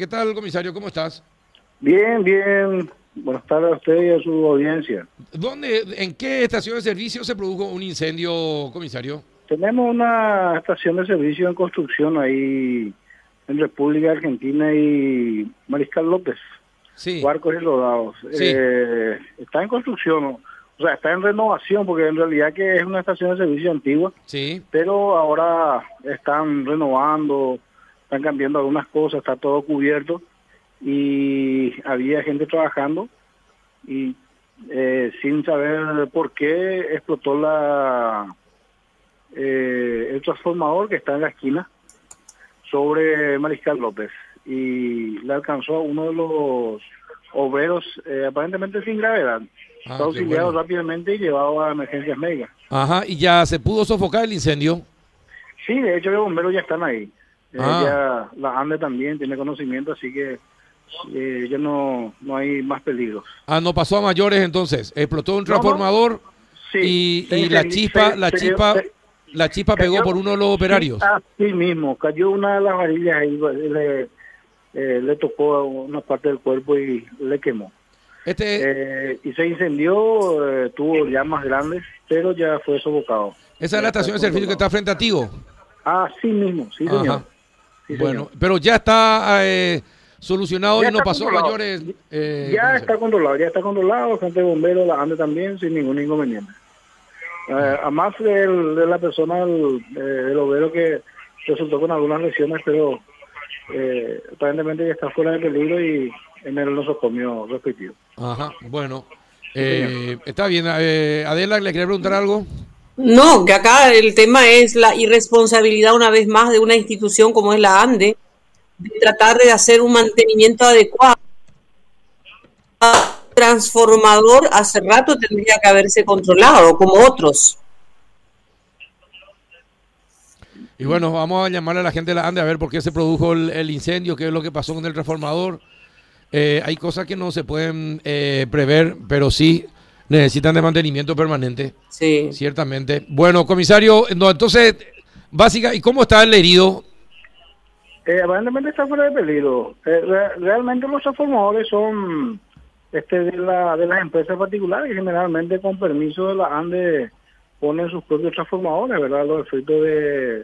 ¿Qué tal, comisario? ¿Cómo estás? Bien, bien. Buenas tardes a usted y a su audiencia. ¿Dónde, en qué estación de servicio se produjo un incendio, comisario? Tenemos una estación de servicio en construcción ahí en República Argentina y Mariscal López, Sí. Barcos y Rodados. Sí. Eh, está en construcción, o o sea, está en renovación porque en realidad que es una estación de servicio antigua, Sí. pero ahora están renovando, están cambiando algunas cosas, está todo cubierto y había gente trabajando y eh, sin saber por qué explotó la eh, el transformador que está en la esquina sobre Mariscal López y le alcanzó a uno de los obreros eh, aparentemente sin gravedad. Ah, Fue qué auxiliado bueno. rápidamente y llevado a emergencias médicas. Ajá, y ya se pudo sofocar el incendio. Sí, de hecho los bomberos ya están ahí. Eh, Ah. ya la ANDE también tiene conocimiento, así que eh, ya no, no hay más peligros. Ah, no pasó a mayores entonces. Explotó un transformador Sí, y, se y la incendi- chispa, se- la se- chispa, se- la chispa pegó cayó- por uno de los operarios. Sí, así mismo, cayó una de las varillas ahí, le, eh, le tocó a una parte del cuerpo y le quemó. Este, Eh, y se incendió, eh, tuvo llamas grandes, pero ya fue sofocado. esa es la estación de servicio que está frente a ti. Así mismo, Ah, sí Ajá. señor. Sí, señor. Bueno, pero ya está eh, solucionado Ya y no está pasó a controlado. mayores. eh, Ya comisario. está controlado, ya está controlado, gente de bomberos, la ANDE también, sin ningún inconveniente. Eh, además el- de la persona, el, eh, el obrero que resultó con algunas lesiones, pero eh, aparentemente ya está fuera de peligro y en el nosocomio respectivo. Ajá, bueno. Eh, está bien. eh, Adela, ¿le quería preguntar algo? No, que acá el tema es la irresponsabilidad una vez más de una institución como es la ANDE, de tratar de hacer un mantenimiento adecuado. Transformador hace rato tendría que haberse controlado, como otros. Y bueno, vamos a llamar a la gente de la ANDE a ver por qué se produjo el, el incendio, qué es lo que pasó con el transformador. Eh, hay cosas que no se pueden eh, prever, pero sí necesitan de mantenimiento permanente, Sí. ciertamente. Bueno, comisario, no, entonces, básica, ¿y cómo está el herido? Eh, aparentemente está fuera de peligro. Eh, re- realmente los transformadores son este de, la, de las empresas particulares que generalmente con permiso de la ANDE ponen sus propios transformadores, ¿verdad? Los efectos de,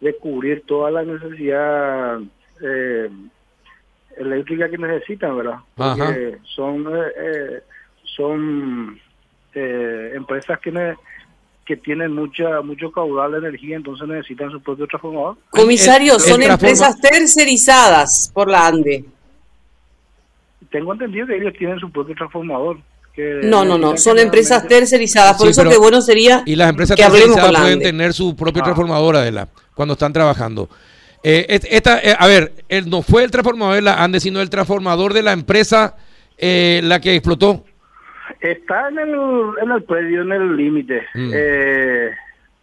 de cubrir toda la necesidad eh, eléctrica que necesitan, ¿verdad? Porque Ajá. son eh, eh, son eh, empresas que ne- que tienen mucha mucho caudal de energía, entonces necesitan su propio transformador. Comisario, El- el son transforma- empresas tercerizadas por la ANDE. Tengo entendido que ellos tienen su propio transformador. que- No, no, no, son empresas Generalmente- tercerizadas. Por Sí, eso pero- que bueno sería Y las empresas que hablemos tercerizadas con la pueden ANDE. tener su propio Ah. transformador, Adela, cuando están trabajando. Eh, es- esta, eh, a ver, el- no fue el transformador de la ANDE, sino el transformador de la empresa eh, la que explotó. Está en el, en el predio, en el límite. Mm. Eh,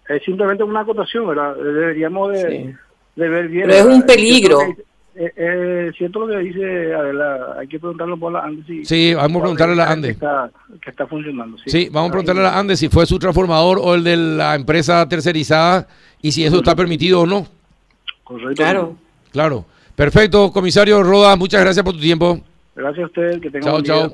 es simplemente una acotación, ¿verdad? Deberíamos de, Sí. de ver bien. Pero es ¿verdad? un peligro. Yo creo que- eh, eh, siento lo que dice Adela, hay que preguntarle por la ANDE. Si, Sí, vamos a preguntarle a la ANDE. Que está, que está funcionando. Sí, Sí, vamos a preguntarle a la ANDE si fue su transformador o el de la empresa tercerizada y si eso está permitido o no. Correcto. Claro. Claro. Perfecto, comisario Rodas, muchas gracias por tu tiempo. Gracias a usted, que tenga Chao, buen día. chao.